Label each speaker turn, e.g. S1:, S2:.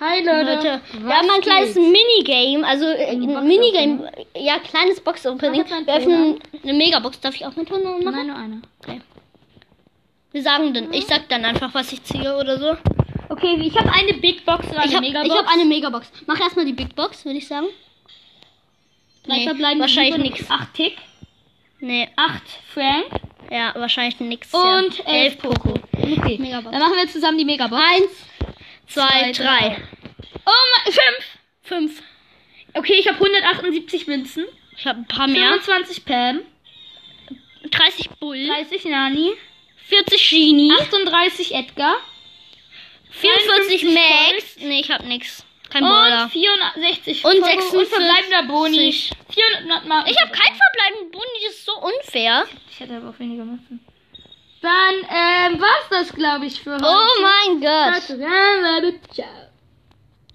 S1: Hi Leute.
S2: Wir haben ein
S1: Was
S2: kleines
S1: geht?
S2: Minigame, also äh, ein
S1: Box
S2: Minigame, ja, kleines Box-Opening.
S1: Mach jetzt ein
S2: Wir öffnen eine Megabox. Darf ich auch mit machen?
S1: Nein, nur einer.
S2: Wir sagen dann, ich sag dann einfach, was ich ziehe oder so.
S1: Okay, ich habe eine Big Box oder
S2: Ich
S1: eine
S2: hab,
S1: Megabox.
S2: ich hab eine Megabox. Mach erstmal die Big Box, würde ich sagen.
S1: Drei
S2: Nee,
S1: verbleibende
S2: wahrscheinlich
S1: Liebe,
S2: nix.
S1: 8 Tick,
S2: Nee,
S1: 8 Frank
S2: ja, wahrscheinlich nix.
S1: und
S2: ja.
S1: 11 Poco. Okay,
S2: Megabox.
S1: dann machen wir zusammen die Megabox. 1, zwei,
S2: zwei, drei,
S1: oh mein, 5.
S2: fünf.
S1: Okay, ich habe 178 Münzen,
S2: Ich hab ein paar mehr.
S1: 25 Pam,
S2: 30 Bull,
S1: 30 Nani,
S2: 40 Genie,
S1: 38 Edgar
S2: 44
S1: 59
S2: Max. Nee, ich hab nix. Kein Baller.
S1: und 64
S2: Und
S1: Poco
S2: 56.
S1: und verbleibender Boni. 400 Mal.
S2: Ich hab keinen verbleibenden Boni, das ist so unfair.
S1: Ich hätte aber auch weniger Münzen. Oh Dann ähm, war's das, glaube ich, für heute.
S2: Oh mein Gott.
S1: Ciao.